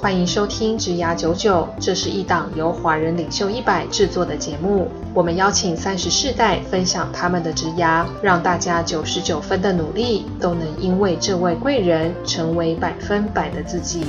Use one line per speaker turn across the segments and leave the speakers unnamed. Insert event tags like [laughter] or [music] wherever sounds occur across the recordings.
欢迎收听《职涯九九》，这是一档由华人领袖一百制作的节目。我们邀请三十世代分享他们的职涯，让大家九十九分的努力都能因为这位贵人成为百分百的自己。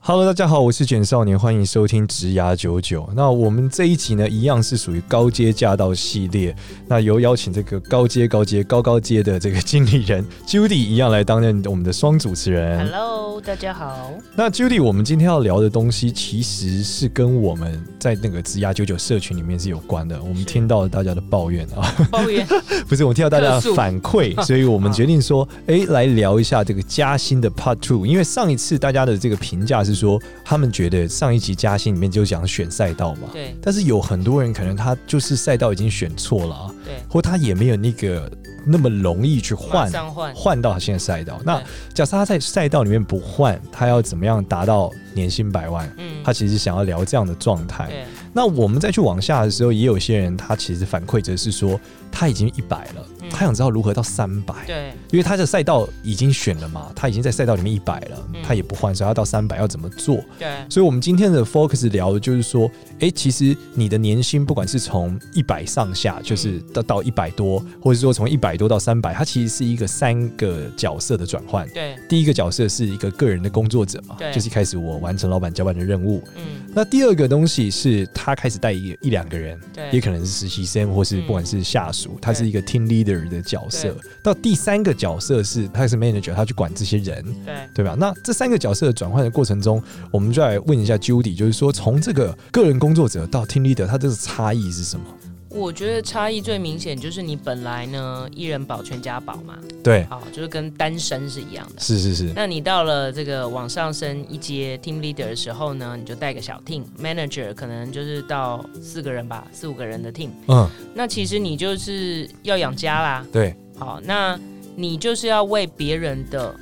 Hello，大家好，我是卷少年，欢迎收听《职涯九九》。那我们这一集呢，一样是属于高阶驾到系列。那由邀请这个高阶、高阶、高高阶的这个经理人 Judy 一样来担任我们的双主持人。
Hello，大
[laughs]
家好。
那 Judy，我们今天要聊的东西其实是跟我们在那个职涯九九社群里面是有关的。我们
是
听到了大家的抱怨啊，
抱怨
不是，我听到大家的
客诉
反
[laughs]
馈，所以我们决定说，哎、来聊一下这个嘉兴的 Part Two，因为上一次大家的这个评价是说，他们觉得上一集嘉兴里面就讲选赛道嘛，
对
但是有很多人可能他就是赛道已经选错了啊，
对，
或他也没有那个那么容易去 [laughs]
马
换
上换。
换到他现在赛道。那
对
假设他在赛道里面不换，他要怎么样达到年薪百万？
嗯
他其实想要聊这样的状态。
对
那我们再去往下的时候，也有些人他其实反馈着是说，他已经一百了，
嗯
他想知道如何到三百，
对
因为他的赛道已经选了嘛，他已经在赛道里面一百了，
嗯
他也不换，所以他到三百要怎么做？
对
所以我们今天的 focus 聊的就是说，诶，其实你的年薪不管是从一百上下，就是
嗯
到到一百多，或者说从一百多到三百，它其实是一个三个角色的转换。
对，
第一个角色是一个个人的工作者嘛，
对
就是一开始我完成老板交办的任务，
嗯
那第二个东西是他开始带一一两个人，
对，
也可能是实习生或是
嗯
不管是下属，他是一个 team leader 的角色。到第三个角色是他是 manager，他去管这些人，
对
对吧？那这三个角色的转换的过程中，我们就来问一下 Judy，就是说从这个个人工作者到 team leader，他这个差异是什么？
我觉得差异最明显就是你本来呢一人保全家保嘛，
对，
好，就是跟单身是一样的。
是是是，
那你到了这个往上升一阶 team leader 的时候呢，你就带个小 team manager，可能就是到四个人吧，四五个人的 team。
嗯，
那其实你就是要养家啦，
对，
好，那你就是要为别人的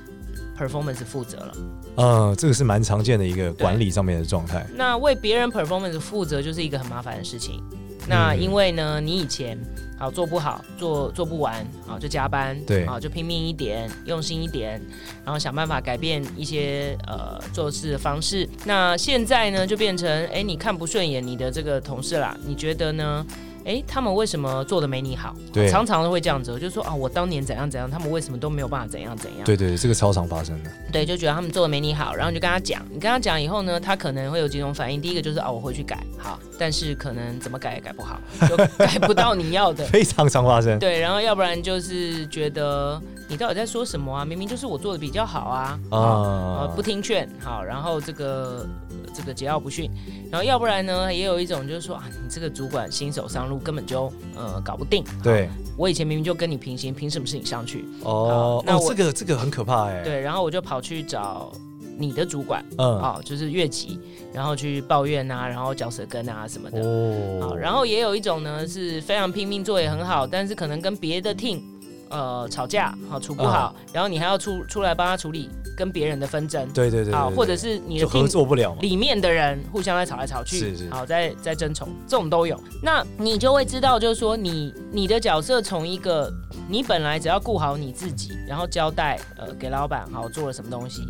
performance 负责了。
嗯，这个是蛮常见的一个管理上面的状态。
那为别人 performance 负责就是一个很麻烦的事情。那因为呢，你以前好做不好，做做不完，好就加班，
对
好就拼命一点，用心一点，然后想办法改变一些呃做事的方式。那现在呢，就变成哎，你看不顺眼你的这个同事啦，你觉得呢？哎，他们为什么做的没你好？
对
常常会这样子，我就说啊，我当年怎样怎样，他们为什么都没有办法怎样怎样？
对对对，这个超常发生的。
对，就觉得他们做的没你好，然后你就跟他讲，你跟他讲以后呢，他可能会有几种反应，第一个就是啊，我会去改，好，但是可能怎么改也改不好，就改不到你要的。
非常常发生
对，然后要不然就是觉得你到底在说什么啊？明明就是我做的比较好啊，啊，呃
啊，
不听劝，好，然后这个呃这个桀骜不驯，然后要不然呢，也有一种就是说啊，你这个主管新手上路根本就呃搞不定，
对
我以前明明就跟你平行，凭什么是你上去？
哦
好，那
哦
我
这个这个很可怕哎。
对，然后我就跑去找你的主管。
嗯
哦，就是越级，然后去抱怨啊，然后嚼舌根啊什么的。
哦
好，然后也有一种呢是非常拼命做也很好，但是可能跟别的 team 呃吵架，好处不
嗯
好，然后你还要出出来帮他处理跟别人的纷争，
对对对对
好，
对
啊或者是你的
就合
team
作不了嘛，
里面的人互相在吵来吵去，
是是
好在在争宠，这种都有。那你就会知道，就是说你你的角色从一个你本来只要顾好你自己，然后交代呃给老板好做了什么东西，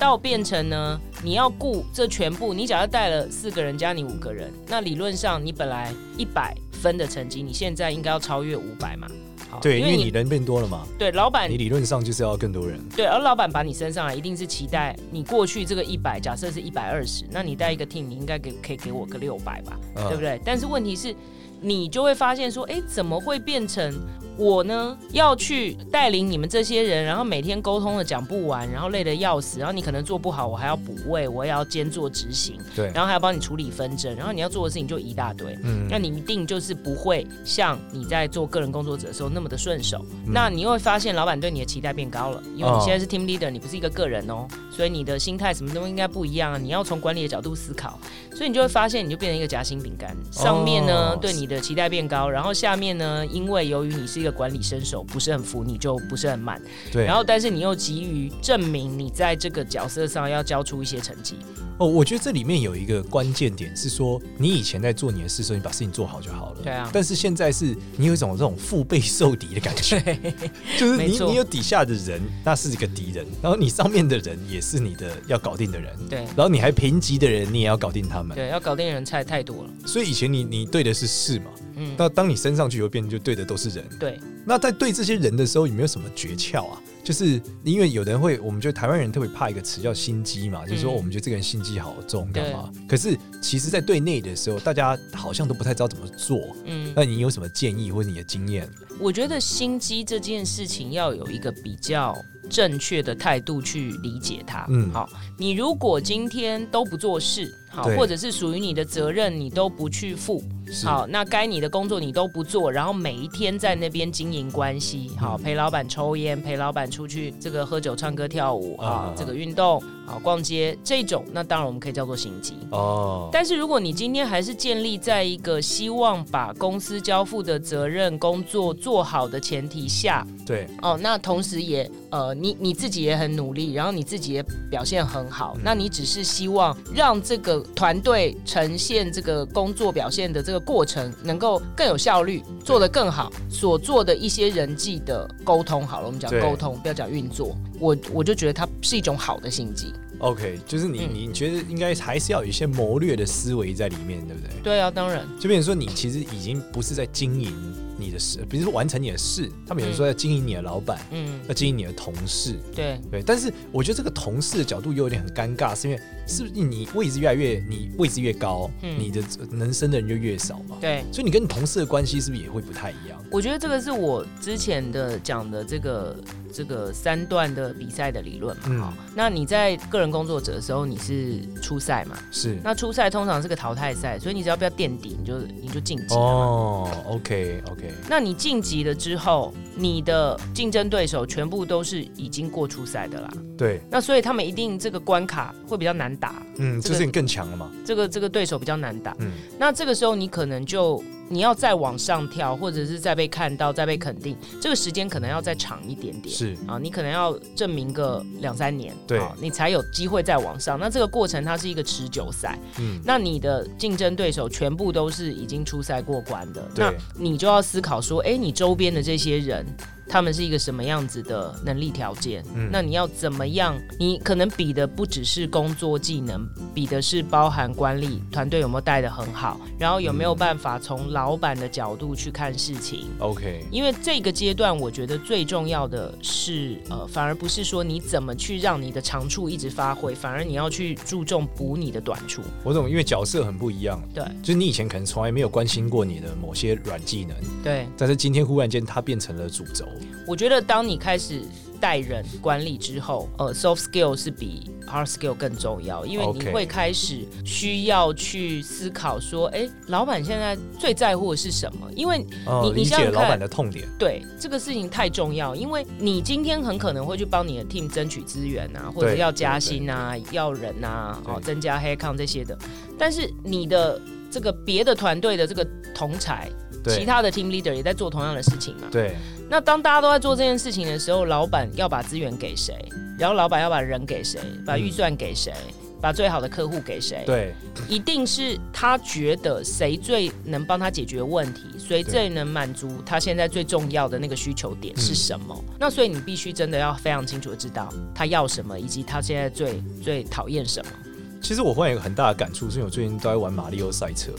到变成呢你要顾这全部，你假如带了四个人加你五个人，那理论上你本来一百分的成绩，你现在应该要超越五百嘛。好
对，因为你人变多了嘛，
对老板
你理论上就是要更多人，
对，而老板把你升上来，一定是期待你过去这个一百，假设是一百二十，那你带一个 team，你应该给可以给我个六百吧，
嗯
对不对？但是问题是，你就会发现说，哎，怎么会变成我呢？要去带领你们这些人，然后每天沟通的讲不完，然后累得要死，然后你可能做不好，我还要补位，我也要兼做执行，
对，
然后还要帮你处理纷争，然后你要做的事情就一大堆。
嗯
那你一定就是不会像你在做个人工作者的时候那么的顺手。那你又会发现老板对你的期待变高了，因
嗯
为
哦
你现在是 team leader，你不是一个个人哦，所以你的心态什么东西应该不一样啊。你要从管理的角度思考，所以你就会发现你就变成一个夹心饼干，上面呢、
哦
对你的期待变高，然后下面呢，因为由于你是是一个管理伸手，不是很服你就不是很满，
对，
然后但是你又急于证明你在这个角色上要交出一些成绩，
哦，我觉得这里面有一个关键点是说，你以前在做你的事的时候，你把事情做好就好了。
对啊
但是现在是你有一种这种腹背受敌的感觉，就是
没
你
错
你有底下的人，那是一个敌人，然后你上面的人也是你的要搞定的人，
对
然后你还平级的人，你也要搞定他们。
对，要搞定人才太多了，
所以以前你你对的是事嘛，
嗯，
那当你升上去以后，变成就对的都是人。
对，
那在对这些人的时候，有没有什么诀窍啊？就是因为有的人会，我们觉得台湾人特别怕一个词叫心机嘛，就是说
嗯
我们觉得这个人心机好重，干嘛？可是其实，在对内的时候，大家好像都不太知道怎么做。
嗯，
那你有什么建议或者你的经验？
我觉得心机这件事情要有一个比较正确的态度去理解它。
嗯
好，你如果今天都不做事，好，
对
或者是属于你的责任你都不去负，
是
好，那该你的工作你都不做，然后每一天在那边经营关系，好，
嗯
陪老板抽烟，陪老板出去这个喝酒、唱歌、跳舞
啊
啊，这个运动，好逛街这种，那当然我们可以叫做心机。
哦，
但是如果你今天还是建立在一个希望把公司交付的责任、工作做好的前提下，
对，
哦，那同时也呃，你你自己也很努力，然后你自己也表现很好，
嗯
那你只是希望让这个团队呈现这个工作表现的这个过程能够更有效率，做得更好，所做的一些人际的沟通，好了，我们讲
对
沟通，不要讲运作，我我就觉得它是一种好的心机。
OK，就是你、
嗯
你觉得应该还是要有一些谋略的思维在里面，对不对？
对啊，当然，
就变成说，你其实已经不是在经营你的事，比如说完成你的事，他们有人说要经营你的老板，
嗯，
要经营你的同事，
对，
对，但是我觉得这个同事的角度又有点很尴尬，是因为是不是你位置越来越你位置越高，
嗯
你的能生的人就越少嘛？，
对。
所以你跟同事的关系是不是也会不太一样？
我觉得这个是我之前的讲的这个这个三段的比赛的理论嘛。
嗯
好，那你在个人工作者的时候，你是初赛嘛？
是
那初赛通常是个淘汰赛，所以你只要不要垫底，你就你就晋级了嘛。
哦，OK OK，
那你晋级了之后，你的竞争对手全部都是已经过初赛的啦，
对，
那所以他们一定这个关卡会比较难打，
嗯，
这
就
个
是你更强了嘛，
这个这个对手比较难打。
嗯，
那这个时候你可能就你要再往上跳，或者是再被看到、再被肯定，这个时间可能要再长一点点。
是
啊，你可能要证明个两三年，
对
啊你才有机会再往上。那这个过程它是一个持久赛，
嗯，
那你的竞争对手全部都是已经初赛过关的，
对
那你就要思考说，哎，你周边的这些人。他们是一个什么样子的能力条件？
嗯
那你要怎么样？你可能比的不只是工作技能，比的是包含管理团队有没有带的很好，然后有
嗯
没有办法从老板的角度去看事情，
OK，
因为这个阶段，我觉得最重要的是，呃，反而不是说你怎么去让你的长处一直发挥，反而你要去注重补你的短处。
我懂，因为角色很不一样，
对
就是你以前可能从来没有关心过你的某些软技能，
对，
但是今天忽然间它变成了主轴，
我觉得当你开始带人管理之后，呃，soft skill 是比 hard skill 更重要，因为你
OK
会开始需要去思考说，哎，老板现在最在乎的是什么？因为
哦、
你你
理
想
解
想
老板
看
的痛点，
对这个事情太重要，因为你今天很可能会去帮你的 team 争取资源啊，或者
对
要加薪啊，要人啊，
对
哦，增加 headcount 这些的。但是你的这个别的团队的这个同才，
对
其他的 team leader 也在做同样的事情嘛。
对，
那当大家都在做这件事情的时候，老板要把资源给谁，然后老板要把人给谁，把预算给谁，把最好的客户给谁，
嗯对，
一定是他觉得谁最能帮他解决问题，谁最能满足他现在最重要的那个需求点是什么。
嗯
那所以你必须真的要非常清楚的知道他要什么，以及他现在最最讨厌什么。
其实我忽然有个很大的感触，是因为我最近都在玩马里奥赛
[laughs]
车，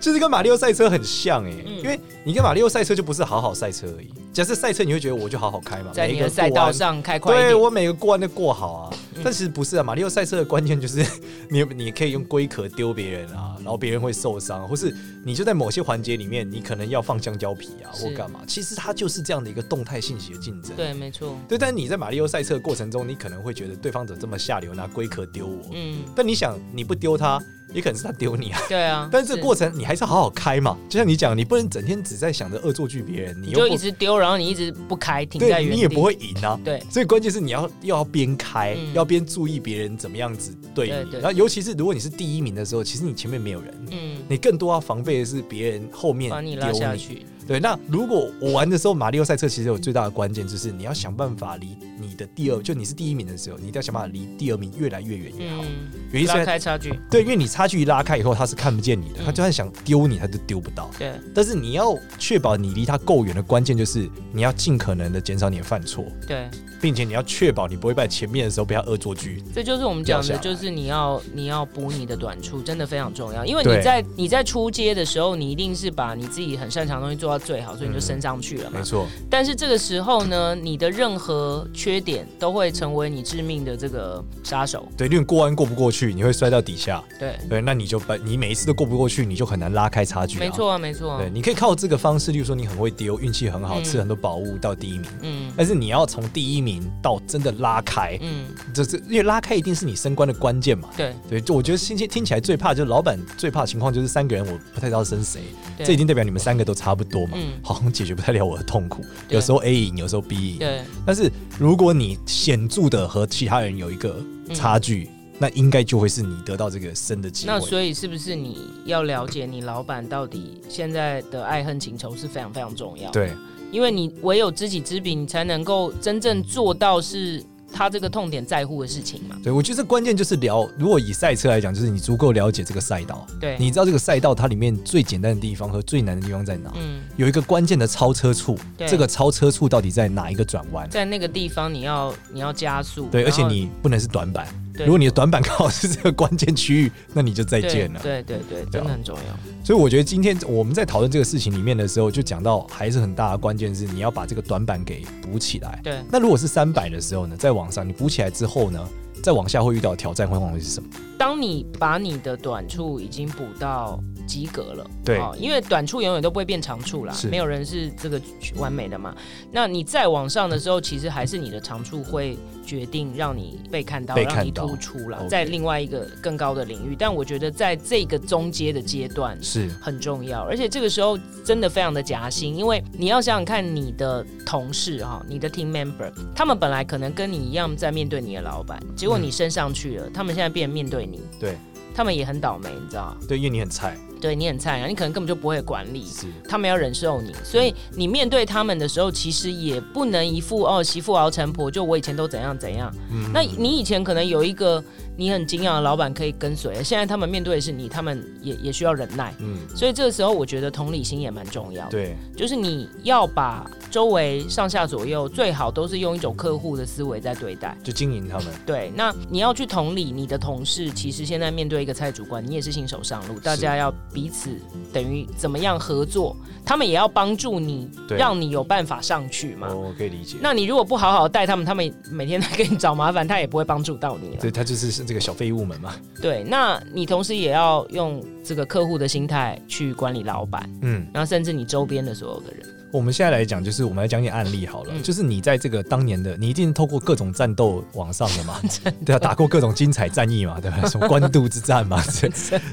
就是跟马里奥赛车很像哎、
嗯
因为你跟马里奥赛车就不是好好赛车而已。假设赛车，你会觉得我就好好开嘛，
在
每
你
一
的
个
赛
过
道
弯，
上开快一
对
点，嗯
我每个过弯都过好啊。但其实不是啊，马里奥赛车的关键就是 [laughs] 你你可以用龟壳丢别人啊，然后别人会受伤，啊或是你就在某些环节里面，你可能要放香蕉皮啊或
是
干嘛。其实它就是这样的一个动态信息的竞争。
对，没错，
对，但你在马里奥赛车的过程中，你可能会觉得对方怎么这么下流，拿龟壳丢我，
嗯，
但你想，你不丢他，也可能是他丢
[laughs]
你啊。
对啊。
但是这个过程你还是好好开嘛，就像你讲，你不能整天只在想着恶作剧别人，你
你
又
就一
不
直丢，然后你一直不开，停在
对
原地，
你也不会赢啊。
对。
所以关键是你要又要边开，
嗯
要边注意别人怎么样子对你。
对对
然后尤其是如果你是第一名的时候，其实你前面没有人，
嗯，
你更多要防备的是别人后面
把你
丢
拉下去，
对，那如果我玩的时候，马里奥赛车其实有最大的关键就是你要想办法离你的第二，就你是第一名的时候，你一定要想办法离第二名越来越远越好。
嗯，
原因是
拉
在
开差距，
对，因为你差距一拉开以后，他是看不见你的，
嗯
他就算想丢你，他都丢不到。
对
但是你要确保你离他够远的关键就是你要尽可能的减少你的犯错，
对，
并且你要确保你不会在前面的时候被他恶作剧。
这就是我们讲
掉
的，
下来
就是你要你要补你的短处，真的非常重要。因为
对
你在你在出街的时候，你一定是把你自己很擅长的东西做到最好，所以你就升上去了嘛
没。错，
但是这个时候呢，你的任何缺点都会成为你致命的这个杀手。
对，因为过弯过不过去，你会摔到底下。
对，
对，那你就把你每一次都过不过去，你就很难拉开差距、啊。
没。错啊，没错啊
对，。你可以靠这个方式，例如说你很会丢，运气很好，
嗯
吃很多宝物到第一名。
嗯
但是你要从第一名到真的拉开，
嗯，
这这因为拉开一定是你升官的关键嘛。
对，
对，就我觉得听听起来最怕就是老板最怕的情况就是三个人我不太知道升谁，
对
这已经代表你们三个都差不多嘛，
嗯
好像解决不太了我的痛苦。
对
有时候 A 赢，有时候 B 赢，
对
但是如果你显著的和其他人有一个
嗯
差距，那应该就会是你得到这个升的机
那
会。
所以是不是你要了解你老板到底现在的爱恨情仇是非常非常重要？，
对，
因为你唯有知己知彼，你才能够真正做到是他这个痛点在乎的事情嘛。
对我觉得这关键就是聊，如果以赛车来讲，就是你足够了解这个赛道，
对，
你知道这个赛道它里面最简单的地方和最难的地方在哪，
嗯，
有一个关键的超车处，
对
这个超车处到底在哪一个转弯？
在那个地方你要你要加速，
对，而且
然后
你不能是短板，
对
如果你的短板刚好是这个关键区域，那你就再
对
见了。
对对对，真的很重要。
所以我觉得今天我们在讨论这个事情里面的时候，就讲到还是很大的关键是你要把这个短板给补起来。
对，
那如果是三百的时候呢，再往上你补起来之后呢，再往下会遇到的挑战会往往是什么？
当你把你的短处已经补到及格了，哦
对
因为短处永远都不会变长处啦
是，
没有人是这个完美的嘛。那你再往上的时候，其实还是你的长处会决定让你被看到，
被看到
让你突出啦，
OK
在另外一个更高的领域。但我觉得在这个中阶的阶段。
是
很重要，而且这个时候真的非常的夹心，因为你要想想看，你的同事哈，你的 team member，他们本来可能跟你一样在面对你的老板，结果你升上去了，他们现在变面对你，
对
他们也很倒霉，你知道吗？
对，因为你很菜，
对你很菜啊，你可能根本就不会管理，
是
他们要忍受你，所以你面对他们的时候，其实也不能一副哦媳妇熬成婆，就我以前都怎样怎样。
嗯
那你以前可能有一个你很敬仰的老板可以跟随，现在他们面对的是你，他们也也需要忍耐。
嗯
所以这个时候，我觉得同理心也蛮重要的，
对
就是你要把周围上下左右最好都是用一种客户的思维在对待。
就经营他们
对，那你要去同理你的同事，其实现在面对一个菜主管，你也是新手上路，大家要彼此等于怎么样合作，他们也要帮助你，
对哦
让你有办法上去嘛。
我可以理解。
那你如果不好好带他们，他们每天在给你找麻烦，他也不会帮助到你了
所以。他就是这个小废物们嘛，
对，那你同时也要用这个客户的心态去管理老板，
嗯。
然后甚至你周边的所有的人。
我们现在来讲，就是我们来讲点案例好了。
嗯
就是你在这个当年的，你一定透过各种战斗往上的嘛， [laughs] 对啊，打过各种精彩战役嘛，对吧？什么官渡之战 [laughs] 嘛，这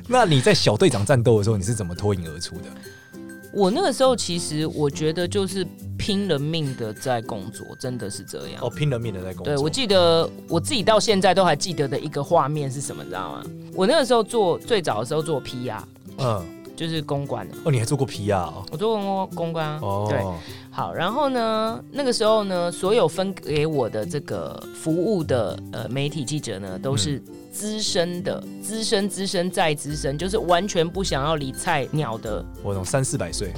那你在小队长战斗的时候，你是怎么脱颖而出的？
我那个时候其实我觉得就是拼了命的在工作，真的是这样。
哦，拼了命的在工作。
对，我记得我自己到现在都还记得的一个画面是什么，你知道吗？我那个时候做最早的时候做 PR，
嗯，
就是公关的，
哦，你还做过 PR 哦。
我做过公关啊。对，
哦，
好，然后呢，那个时候呢，所有分给我的这个服务的呃媒体记者呢，都是
嗯
资深的，资深资深再资深，就是完全不想要理菜鸟的
我懂三四百岁。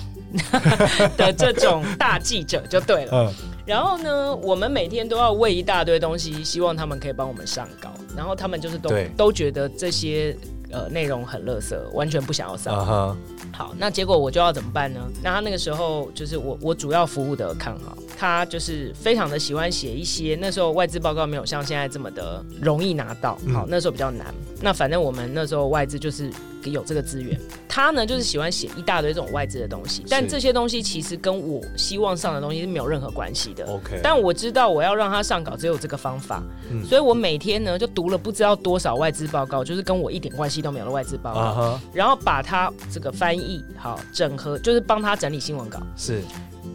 的这种大记者就对了。
嗯，
然后呢，我们每天都要喂一大堆东西，希望他们可以帮我们上稿。然后他们就是都
对
都觉得这些呃内容很垃圾，完全不想要上。
啊哈，
好，那结果我就要怎么办呢？那他那个时候就是我我主要服务的看好，他就是非常的喜欢写一些那时候外资报告没有像现在这么的容易拿到，
嗯
好那时候比较难。那反正我们那时候外资就是有这个资源，他呢就是喜欢写一大堆这种外资的东西，但
是
这些东西其实跟我希望上的东西是没有任何关系的。
OK。
但我知道我要让他上稿只有这个方法，
嗯
所以我每天呢就读了不知道多少外资报告，就是跟我一点关系都没有的外资报告，
啊哈，
然后把它这个翻译好整合，就是帮他整理新闻稿。
是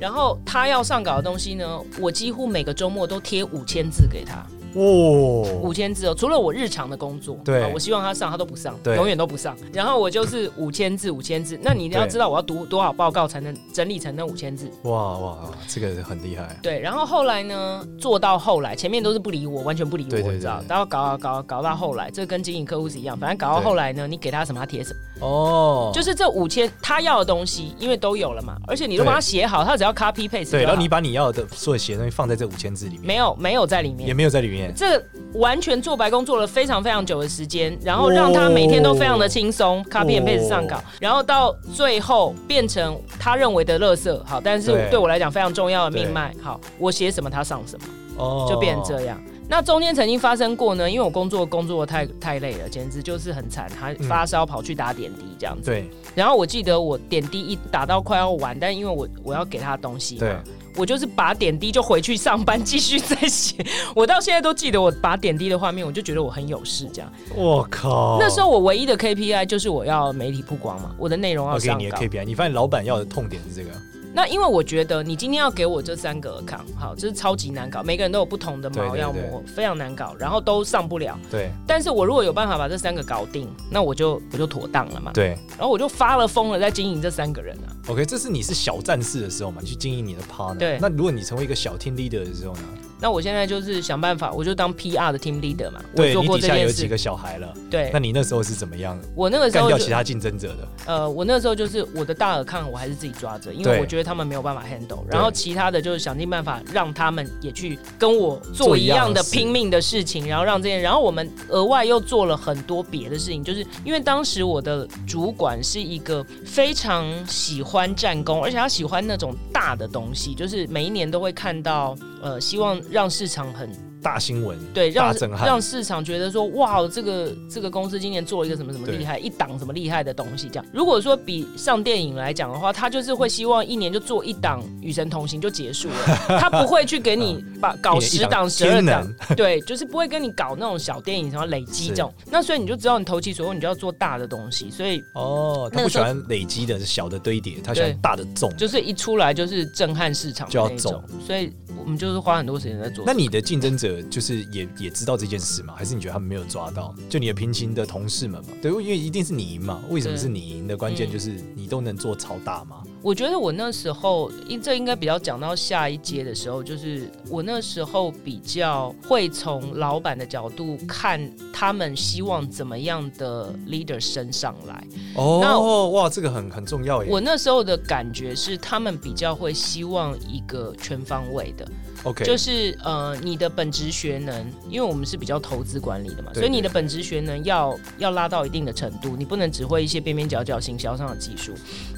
然后他要上稿的东西呢，我几乎每个周末都贴五千字给他，
哇
五，千字哦，除了我日常的工作，
对
啊我希望他上，他都不上，
对
永远都不上。然后我就是五千字，五千字。那你要
对
知道我要读多少报告才能整理成那五千字？
哇哇哇，这个很厉害。
对。然后后来呢，做到后来，前面都是不理我，完全不理我，
对对对
你知道
对？
然后搞搞搞搞到后来，这跟经营客户是一样，反正搞到
对
后来呢，你给他什么他贴什么，
哦，
就是是这五千他要的东西，因为都有了嘛，而且你都
对
帮他写好，他只要 copy
对，
paste 就好
然后你把你要的所有写的东西放在这五千字里面，
没有没有在里
也
面。
没有在里面。
这完全做白工做了非常非常久的时间，然后让他每天都非常的轻松，copy and paste 上稿，
哦
然后到最后变成他认为的垃圾。好，但是
对
对我来讲非常重要的命脉。好，我写什么他上什么，
哦，
就变成这样。那中间曾经发生过呢，因为我工作工作太太累了，简直就是很惨，还
嗯
发烧跑去打点滴这样子。
对
然后我记得我点滴一打到快要完，但因为我我要给他东西嘛，
对，
我就是拔点滴就回去上班，继续再写。 [laughs] 我到现在都记得我拔点滴的画面，我就觉得我很有事这样。
我靠，
那时候我唯一的 KPI 就是我要媒体曝光嘛，我的内容要
我给
上
你的
稿。
KPI，你发现老板要的痛点是这个，
那因为我觉得你今天要给我这三个 account，好，这是超级难搞，每个人都有不同的
对对
毛
对
要磨，非常难搞，然后都上不了。
对
但是我如果有办法把这三个搞定，那我就我就妥当了嘛。
对。
然后我就发了疯了在经营这三个人啊。
OK，这是你是小战士的时候嘛，你去经营你的 partner。
对
那如果你成为一个小 team leader 的时候呢？
那我现在就是想办法，我就当 PR 的 team leader 嘛，我
对
做
你
过
底
这
下
件
有
事
几。个小孩了，
对
那，你那时候是怎么样
我那个时
干
候
掉
就
其他竞争者的？
呃，我那时候就是我的大尔抗，我还是自己抓着，因为
对
我觉得他们没有办法 handle，然后其他的就是想尽办法让他们也去跟我做
做一
一
样
样的
的事
拼命的事情，然后让这些，然后我们额外又做了很多别的事情，就是因为当时我的主管是一个非常喜欢战功，而且他喜欢那种大的东西，就是每一年都会看到，呃，希望让市场很
大新闻，
对，
大
让
震撼
让市场觉得说，哇，这个这个公司今年做了一个什么什么
对
厉害，一档什么厉害的东西，这样。如果说比上电影来讲的话，他就是会希望一年就做一档《与神同行》就结束了，他不会去
[laughs]
给你把搞
嗯一年一
十档、十
天
二档
能，
[laughs] 对，就是不会跟你搞那种小电影，然后累积这种。那所以你就知道你投其所好，你就要做大的东西，所以
哦，他
那
不
个
喜
时候
欢累积的小的堆叠，他喜欢
对
大的重。
就是一出来就是震撼市场的
就要
那一
走
种，所以我们就是花很多时间在做。
那你的竞争者就是也也知道这件事吗？还是你觉得他们没有抓到？就你的平行的同事们嘛，对，因为一定是你赢嘛。为什么
对
是你赢的关键
嗯
就是你都能做超大吗？
我觉得我那时候，应这应该比较讲到下一阶的时候，就是我那时候比较会从老板的角度看他们希望怎么样的 leader 升上来。那
哦，哇，这个很很重要耶。
我那时候的感觉是，他们比较会希望一个全方位的，
OK，
就是呃，你的本职学能，因为我们是比较投资管理的嘛，
对
所以你的
对
本职学能要要拉到一定的程度，你不能只会一些边边角角行销上的技术，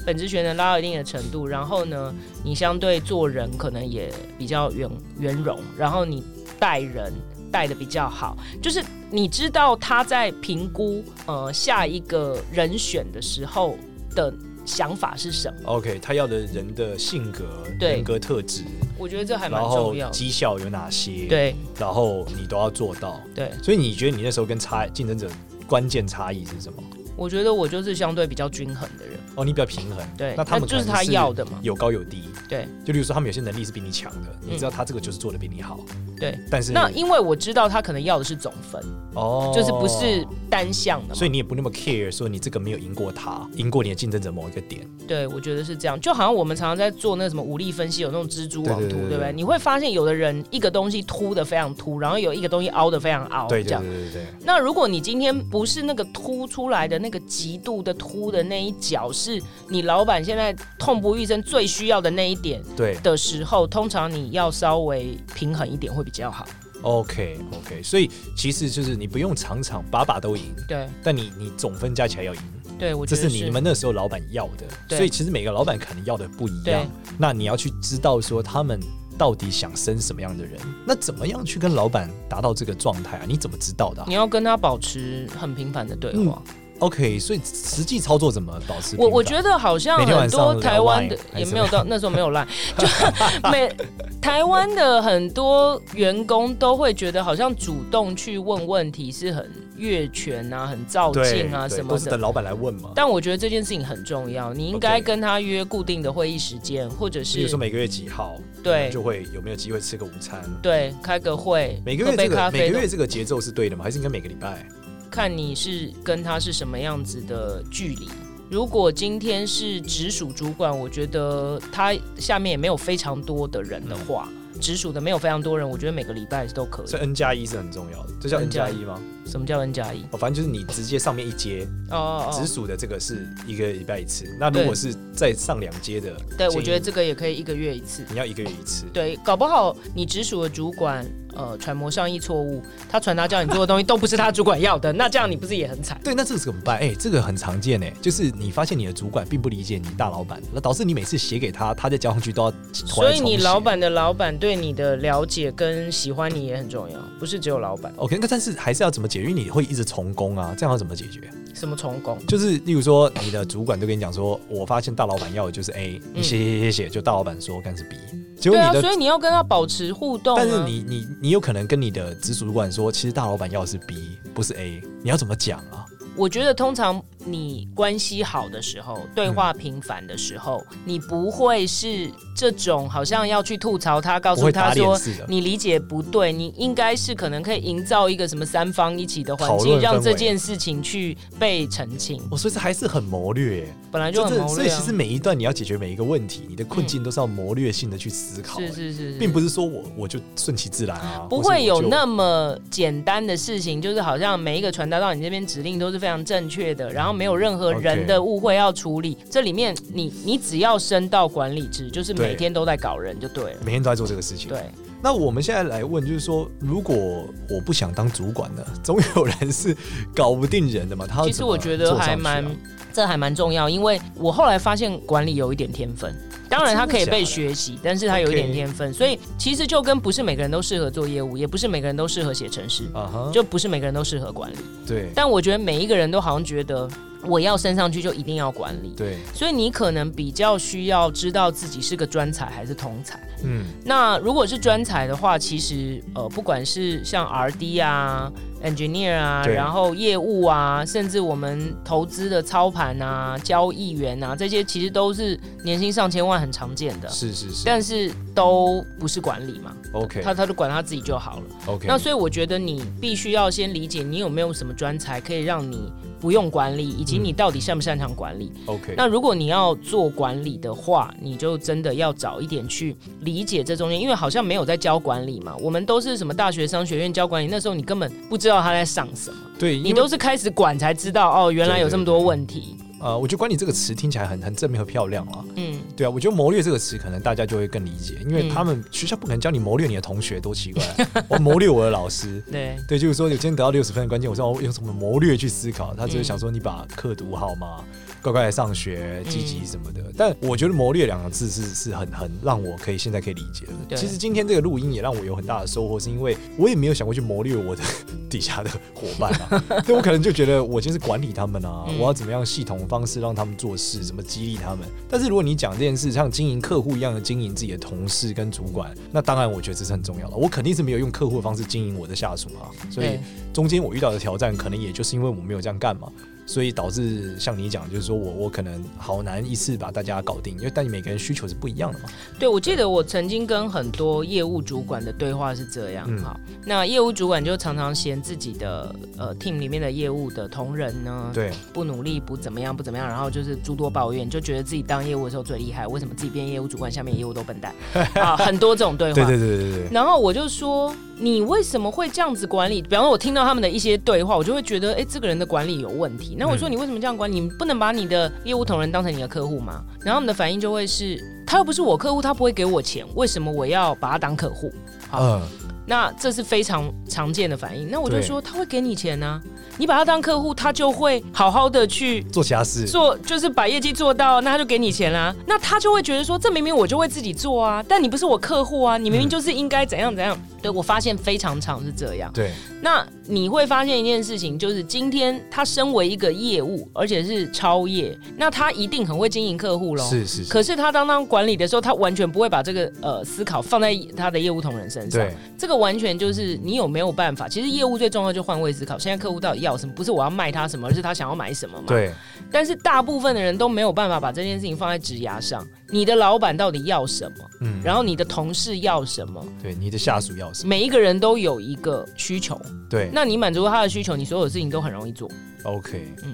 本职学能拉到一定的程度，然后呢，你相对做人可能也比较圆圆融，然后你带人带的比较好，就是你知道他在评估呃下一个人选的时候的想法是什么，
OK，他要的人的性格、
对
人格特质，
我觉得这还蛮
然后
重要的，
绩效有哪些？，
对
然后你都要做到。
对。
所以你觉得你那时候跟差竞争者关键差异是什么？
我觉得我就是相对比较均衡的人，
哦，你比较平衡。
对，
那他们
就是
可能
他要的嘛，
有高有低。
对
就例如说，他们有些能力是比你强的，你知道他这个就是做的比你好，
对。
但是
那因为我知道他可能要的是总分，
哦，
就是不是，嗯单向的嘛，
所以你也不那么 care 说你这个没有赢过他，赢过你的竞争者某一个点。
对我觉得是这样。就好像我们常常在做那什么武力分析，有那种蜘蛛网
对对
图，
对对
不对？
对
你会发现有的人一个东西凸的非常凸，然后有一个东西凹的非常凹，
对
哦这
对
样
对。对对，
那如果你今天不是那个凸出来的那个极度的凸的那一角，是你老板现在痛不欲生最需要的那一点
对对
的时候，通常你要稍微平衡一点会比较好。
OK OK，所以其实就是你不用场场把把都赢，
对
但你你总分加起来要赢。
对，我觉
这
得
是你们那时候老板要的，
对
所以其实每个老板可能要的不一样
对。
那你要去知道说他们到底想生什么样的人，那怎么样去跟老板达到这个状态啊？你怎么知道的啊、嗯
你要跟他保持很频繁的对话。
OK，所以实际操作怎么保持平
我
板？
我觉得好像
每天晚
很
上聊
多台湾
Line
的
还
也
是
没有到那时候没有烂，就 [laughs] 每台湾的很多员工都会觉得好像主动去问问题是很越权啊、很照
对
进啊
对
什么
都是
的
等。老板来问嘛。
但我觉得这件事情很重要，你应
OK
该跟他约固定的会议时间，或者
比如
是
说每个月几号，
对
就会有没有机会吃个午餐？
对开个会，
每个
喝
月
杯
这
咖
个
啡
每
都
个月这个节奏是对的吗？还是应该每个礼拜？
看你是跟他是什么样子的距离。如果今天是直属主管，我觉得他下面也没有非常多的人的话，直属的没有非常多人，我觉得每个礼拜都可以
所。以 N 加一是很重要的，这叫 N
N
加
加
一吗？
什么叫 N 加一？
哦，反正就是你直接上面一阶，
哦哦
直
哦，
属的这个是一个礼拜一次。那如果
对
是再上两阶的，
对，
建议
我觉得这个也可以一个月一次。
你要一个月一次。
对，搞不好你直属的主管，呃，揣摩上意错误，他传达叫你做的东西都不是他主管要的，那这样你不是也很惨？
对，那这个怎么办？哎、这个很常见哎、就是你发现你的主管并不理解你大老板，那导致你每次写给他，他再交上去都要重来
所以你
重写
老板的老板对你的了解跟喜欢你也很重要，不是只有老板。
OK，那但是还是要怎么解决？因为你会一直重工啊，这样要怎么解决？
什么重工？
就是例如说，你的主管就跟你讲说，我发现大老板要的就是 A，你写写写写，就大老板说干是 B，结果
嗯对
你
啊，
的
所以你要跟他保持互动、啊。
但是你你你有可能跟你的直属主管说，其实大老板要的是 B，不是 A，你要怎么讲啊？
我觉得通常你关系好的时候，对话
嗯
频繁的时候，你不会是这种好像要去吐槽他，告
不会
诉
打
他
脸
说
似的。
你理解不对，你应该是可能可以营造一个什么三方一起的环
讨论
境，
氛围
让这件事情去被澄清。
我哦说这还是很谋略耶，
本来就很
这
谋
所以
略、
其
啊
实。每一段你要解决每一个问题，你的困境都是要谋略性的去思考耶，
嗯是是是是，
并不是说我我就顺其自然啊，
不
或是
会
我
有
就
那么简单的事情，就是好像每一个传达到你这边指令都是非常正确的，然后没有任何
OK
人的误会要处理。这里面你你只要升到管理职，就是
对
每天都在搞人就对了。
每天都在做这个事情。
对，
那我们现在来问，就是说，如果我不想当主管呢，总有人是搞不定人的嘛。他要
其实
怎么
我觉得
做上
还
去啊
蛮，这还蛮重要，因为我后来发现管理有一点天分。当然，
真的
它可以
假的
被学习，但是它有一点
OK
天分，所以其实就跟不是每个人都适合做业务，也不是每个人都适合写程式，
啊哈，
就不是每个人都适合管理。
对
但我觉得每一个人都好像觉得我要升上去就一定要管理，
对，
所以你可能比较需要知道自己是个专才还是通才。
嗯，
那如果是专才的话，其实呃，不管是像 R D 啊、engineer 啊，
对
然后业务啊，甚至我们投资的操盘啊、交易员啊，这些其实都是年薪上千万很常见的，
是是是
但是都不是管理嘛，
，OK
他他就管他自己就好了。
OK，
那所以我觉得你必须要先理解你有没有什么专才可以让你不用管理，以及你到底擅不擅长管理。
OK，
那如果你要做管理的话，你就真的要早一点去理解这中间，因为好像没有在教管理嘛，我们都是什么大学商学院教管理，那时候你根本不知道他在上什么，
对，
你
因为
都是开始管才知道哦，原来有这么多问题。
呃，我觉得“管理”这个词听起来很很正面和漂亮啊。
嗯，
对啊，我觉得“谋略”这个词可能大家就会更理解，因为
嗯
他们学校不可能教你谋略你的同学，多奇怪啊、我谋略我的老师。
对。
对，就是说，我今天得到六十分的关键，我说我用什么谋略去思考？他只是想说，你把课读好嘛，乖乖来上学，积极什么的。但我觉得“谋略”两个字是是很很让我可以现在可以理解的。
对
其实今天这个录音也让我有很大的收获，是因为我也没有想过去谋略我的 [laughs] 底下的伙伴啊。 [laughs] 对我可能就觉得我今天是管理他们啊，
嗯
我要怎么样系统方式让他们做事，怎么激励他们。但是如果你讲这件事像经营客户一样的经营自己的同事跟主管，那当然我觉得这是很重要的。我肯定是没有用客户的方式经营我的下属啊，所以
对
中间我遇到的挑战，可能也就是因为我没有这样干嘛，所以导致像你讲，就是说我我可能好难一次把大家搞定，因为但你每个人需求是不一样的嘛。
对，我记得我曾经跟很多业务主管的对话是这样
嗯
哈、那业务主管就常常嫌自己的呃 team 里面的业务的同仁呢，
对，
不努力，不怎么样，不怎么样，然后就是诸多抱怨，就觉得自己当业务的时候最厉害，为什么自己变业务主管，下面业务都
[laughs]
笨蛋啊？很多这种对话。
对对对对对对，
然后我就说，你为什么会这样子管理？比方说，我听到他们的一些对话，我就会觉得，哎，这个人的管理有问题。那我说，
嗯
你为什么这样管理？你不能把你的业务同仁当成你的客户吗？然后他们的反应就嗯会是，他又不是我客户，他不会给我钱，为什么我要把他当客户？好，
嗯，
那这是非常常见的反应。那我就说他会给你钱呢、你把他当客户，他就会好好的去
做其他事，
做，就是把业绩做到，那他就给你钱啦。那他就会觉得说，这明明我就会自己做啊，但你不是我客户啊，你明明就是应该怎样怎样。对我发现非常常是这样。
对，
那你会发现一件事情，就是今天他身为一个业务，而且是超业，那他一定很会经营客户喽。
是是是，
可是他当当管理的时候，他完全不会把这个呃思考放在他的业务同仁身上。嗯
对，
这个完全就是你有没有办法。其实业务最重要就换位思考，现在客户到底要什么？不是我要卖他什么，而是他想要买什么嘛。。
对，
但是大部分的人都没有办法把这件事情放在职涯上。你的老板到底要什么？
嗯，
然后你的同事要什么？
对你的下属要什么？
每一个人都有一个需求，
对
那你满足他的需求，你所有事情都很容易做。
，OK，嗯
嗯。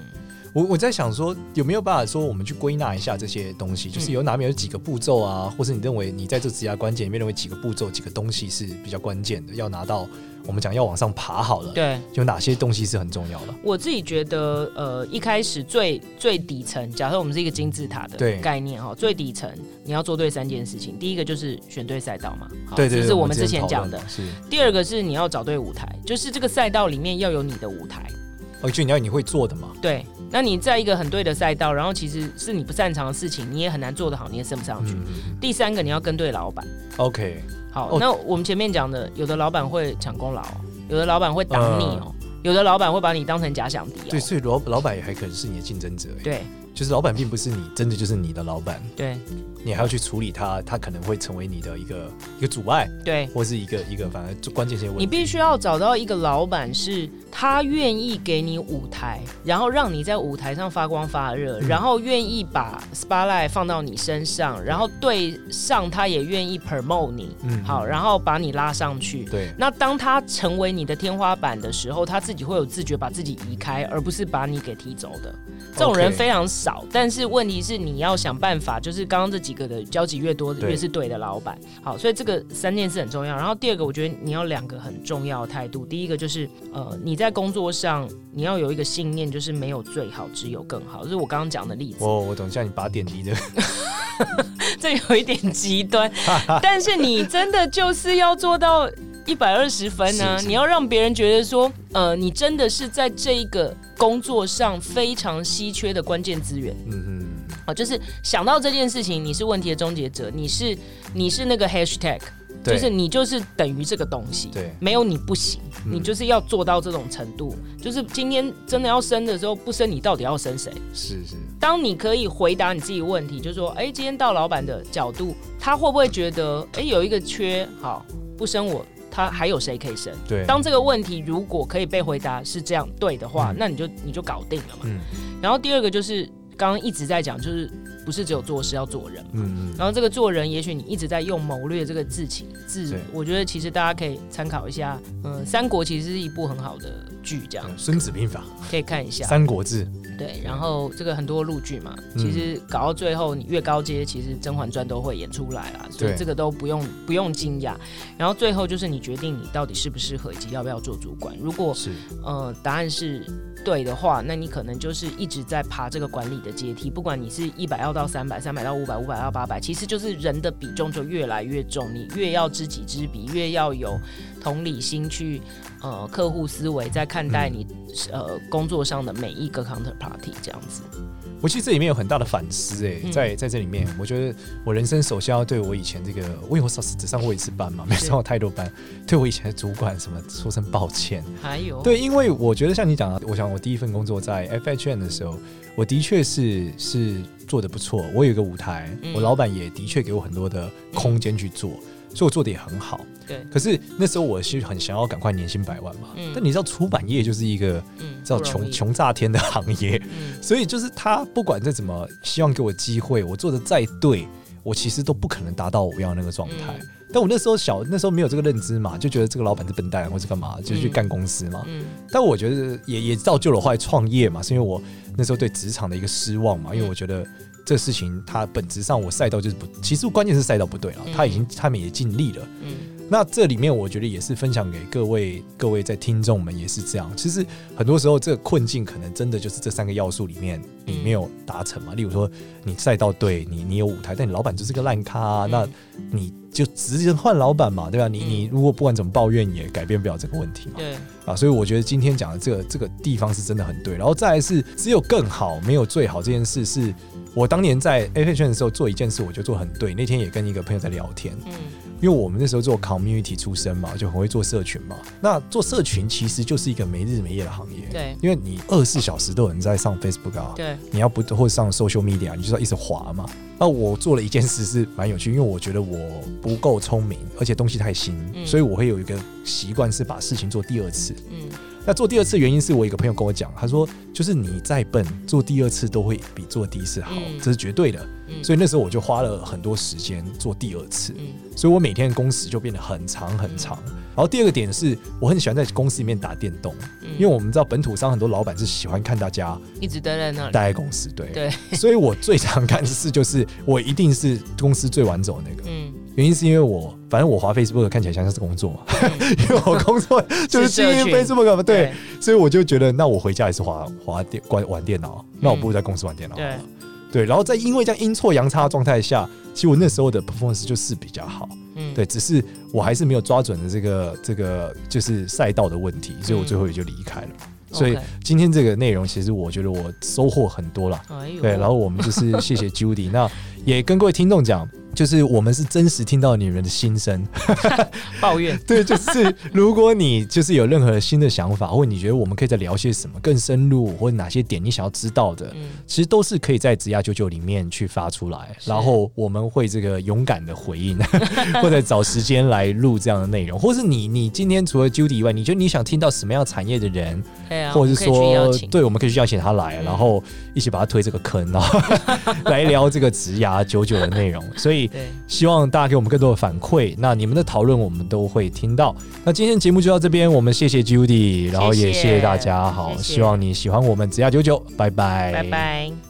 我我在想说，有没有办法说我们去归纳一下这些东西，
嗯
就是有哪边有几个步骤啊，或是你认为你在这职涯关键里面认为几个步骤、几个东西是比较关键的，要拿到我们讲要往上爬好了，
对
有哪些东西是很重要的？
我自己觉得，呃，一开始最最底层，假设我们是一个金字塔
对
的概念哈，最底层你要做对三件事情，第一个就是选对赛道嘛，好
对对对，
这是我们之
之
前
讨
讲
论
的。
是
第二个是你要找对舞台，就是这个赛道里面要有你的舞台。
哦，就你要你会做的嘛，
对，那你在一个很对的赛道，然后其实是你不擅长的事情，你也很难做得好，你也升不上去。
嗯
第三个，你要跟对老板。
，OK，
好，
哦
那我们前面讲的，有的老板会抢功劳哦，有的老板会挡你哦，有的老板会把你当成假想敌哦。
啊对，所以老老板也还可能是你的竞争者，哎，
对
就是老板并不是你真的就是你的老板，
对
你还要去处理他，他可能会成为你的一个一个阻碍，
对，
或是一个一个反而就关键性的问题。
你必须要找到一个老板，是他愿意给你舞台，然后让你在舞台上发光发热，
嗯
然后愿意把 spotlight 放到你身上，然后对上他也愿意 promote 你，
嗯
好，然后把你拉上去。
对
那当他成为你的天花板的时候，他自己会有自觉把自己移开，而不是把你给踢走的。这种人
OK
非常少但是问题是你要想办法，就是刚刚这几个的交集越多，
对
越是对的老板。好，所以这个三件事很重要。然后第二个，我觉得你要两个很重要的态度。第一个就是呃，你在工作上你要有一个信念，就是没有最好，只有更好。这是我刚刚讲的例子。
哦我我懂，像你拔点滴的，
这有一点极
[laughs]
端，但是你真的就是要做到一百二十分呢、
是是
你要让别人觉得说，呃，你真的是在这一个工作上非常稀缺的关键资源
嗯
啊，就是想到这件事情，你是问题的终结者，你是你是那个 hashtag，
嗯，对
就是你就是等于这个东西，
对
没有你不行，
嗯
你就是要做到这种程度，就是今天真的要生的时候，不生你到底要生谁？
是是，
当你可以回答你自己问题，就说，哎、今天到老板的角度，他会不会觉得，哎、有一个缺，好，不生我，他还有谁可以生？
对，
当这个问题如果可以被回答是这样对的话，
嗯
那你就你就搞定了嘛。
嗯
然后第二个就是刚刚一直在讲，就是不是只有做事要做人。
嗯嗯，
然后这个做人，也许你一直在用谋略这个字情字
对，
我觉得其实大家可以参考一下。嗯、三国其实是一部很好的剧，这样
嗯《孙子兵法》
可以看一
《
下。
三国志》
对，然后这个很多陆剧嘛，
嗯
其实搞到最后，你越高阶，其实《甄嬛传》都会演出来啦，所以
对
这个都不用不用惊讶。然后最后就是你决定你到底适不适合，以及要不要做主管。如果
是
呃答案是对的话，那你可能就是一直在爬这个管理的阶梯，不管你是一百要到三百，三百到五百，五百到八百，其实就是人的比重就越来越重，你越要知己知彼，越要有同理心去呃客户思维在看待你、呃工作上的每一个 counterparty 这样子。
我其实这里面有很大的反思哎、
嗯
在在这里面，我觉得我人生首先要对我以前这个，我因为我上只上过一次班嘛，没有
是
上过太多班，对我以前的主管什么说声抱歉。
还有
对，因为我觉得像你讲的，我想我第一份工作在 FHN 的时候，我的确是是做的不错，我有一个舞台，
嗯
我老板也的确给我很多的空间去做，所以我做的也很好。
对，
可是那时候我是很想要赶快年薪百万嘛，
嗯
但你知道出版业就是一个
嗯，
知道
不容
穷
易，
穷炸天的行业，
嗯，
所以就是他不管再怎么希望给我机会，我做的再对，我其实都不可能达到我要的那个状态。
嗯
但我那时候小，那时候没有这个认知嘛，就觉得这个老板是笨蛋或是干嘛，就去
嗯
干公司嘛。
嗯，
但我觉得也也造就了我后来创业嘛，是因为我那时候对职场的一个失望嘛，因
嗯
为我觉得这事情它本质上我赛道就是不，其实关键是赛道不对了，
嗯
他已经他们也尽力了。
嗯，
那这里面我觉得也是分享给各位各位在听众们也是这样，其实很多时候这个困境可能真的就是这三个要素里面你没有达成嘛，例如说你赛道对你你有舞台，但你老板就是个烂咖啊、
嗯
那你就直接换老板嘛，对吧？你
嗯
你如果不管怎么抱怨，也改变不了这个问题嘛。
对，
啊，所以我觉得今天讲的这个这个地方是真的很对。然后再来是只有更好，没有最好这件事是。我当年在 A 配圈的时候做一件事，我就做很对。那天也跟一个朋友在聊天，
嗯，
因为我们那时候做 community 出身嘛，就很会做社群嘛。那做社群其实就是一个没日没夜的行业，
对
因为你二十四小时都有人在上 Facebook 啊，
对，
你要不或者上 social media，你就是要一直滑嘛。那我做了一件事是蛮有趣，因为我觉得我不够聪明，而且东西太新，
嗯
所以我会有一个习惯是把事情做第二次。
嗯，
那做第二次原因是我一个朋友跟我讲，他说就是你再笨，做第二次都会比做第一次好，
嗯
这是绝对的。
嗯，
所
以，
以那时候我就花了很多时间做第二次。
嗯，
所以我每天的工时就变得很长很长。然后第二个点是我很喜欢在公司里面打电动，
嗯
因为我们知道本土商很多老板是喜欢看大家
一直待在那里，
待在公司，对，
对，
所以我最常干的事就是我一定是公司最晚走的那个，
嗯，
原因是因为我反正我滑 Facebook 看起来像是工作嘛，
嗯
[laughs] 因为我工作就是经
是社
营
群
Facebook 嘛，对
对，，
所以我就觉得那我回家也是滑滑电关玩电脑，那我不如在公司玩电脑好
嗯
了。对，然后在因为这样阴错阳差的状态下，其实我那时候的 performance 就是比较好。
嗯，
对，只是我还是没有抓准的这个这个就是赛道的问题，所以我最后也就离开了。所以
嗯 OK
今天这个内容，其实我觉得我收获很多啦。
哎呦，
对，然后我们就是谢谢 Judy，那也跟各位听众讲，就是我们是真实听到你们的心声。
抱
[laughs]
怨，
对，就是如果你就是有任何新的想法，或你觉得我们可以再聊些什么更深入，或者哪些点你想要知道的，
嗯，
其实都是可以在职涯九九里面去发出来，
是
然后我们会这个勇敢的回应， [laughs] 或者找时间来录这样的内容，或是你你今天除了 Judy 以外，你觉得你想听到什么样产业的人，
对啊，
或者
我们
是
可以去邀
说
请，
对，我们可以去邀请他来，
嗯
然后一起把他推这个坑，然后 [laughs] 来聊这个职涯九九的内容，所以。
对，
希望大家给我们更多的反馈，那你们的讨论我们都会听到。那今天节目就到这边，我们谢谢 Judy，然后也谢谢大家，好，
谢谢
希望你喜欢我们职涯九九，拜拜，
拜拜。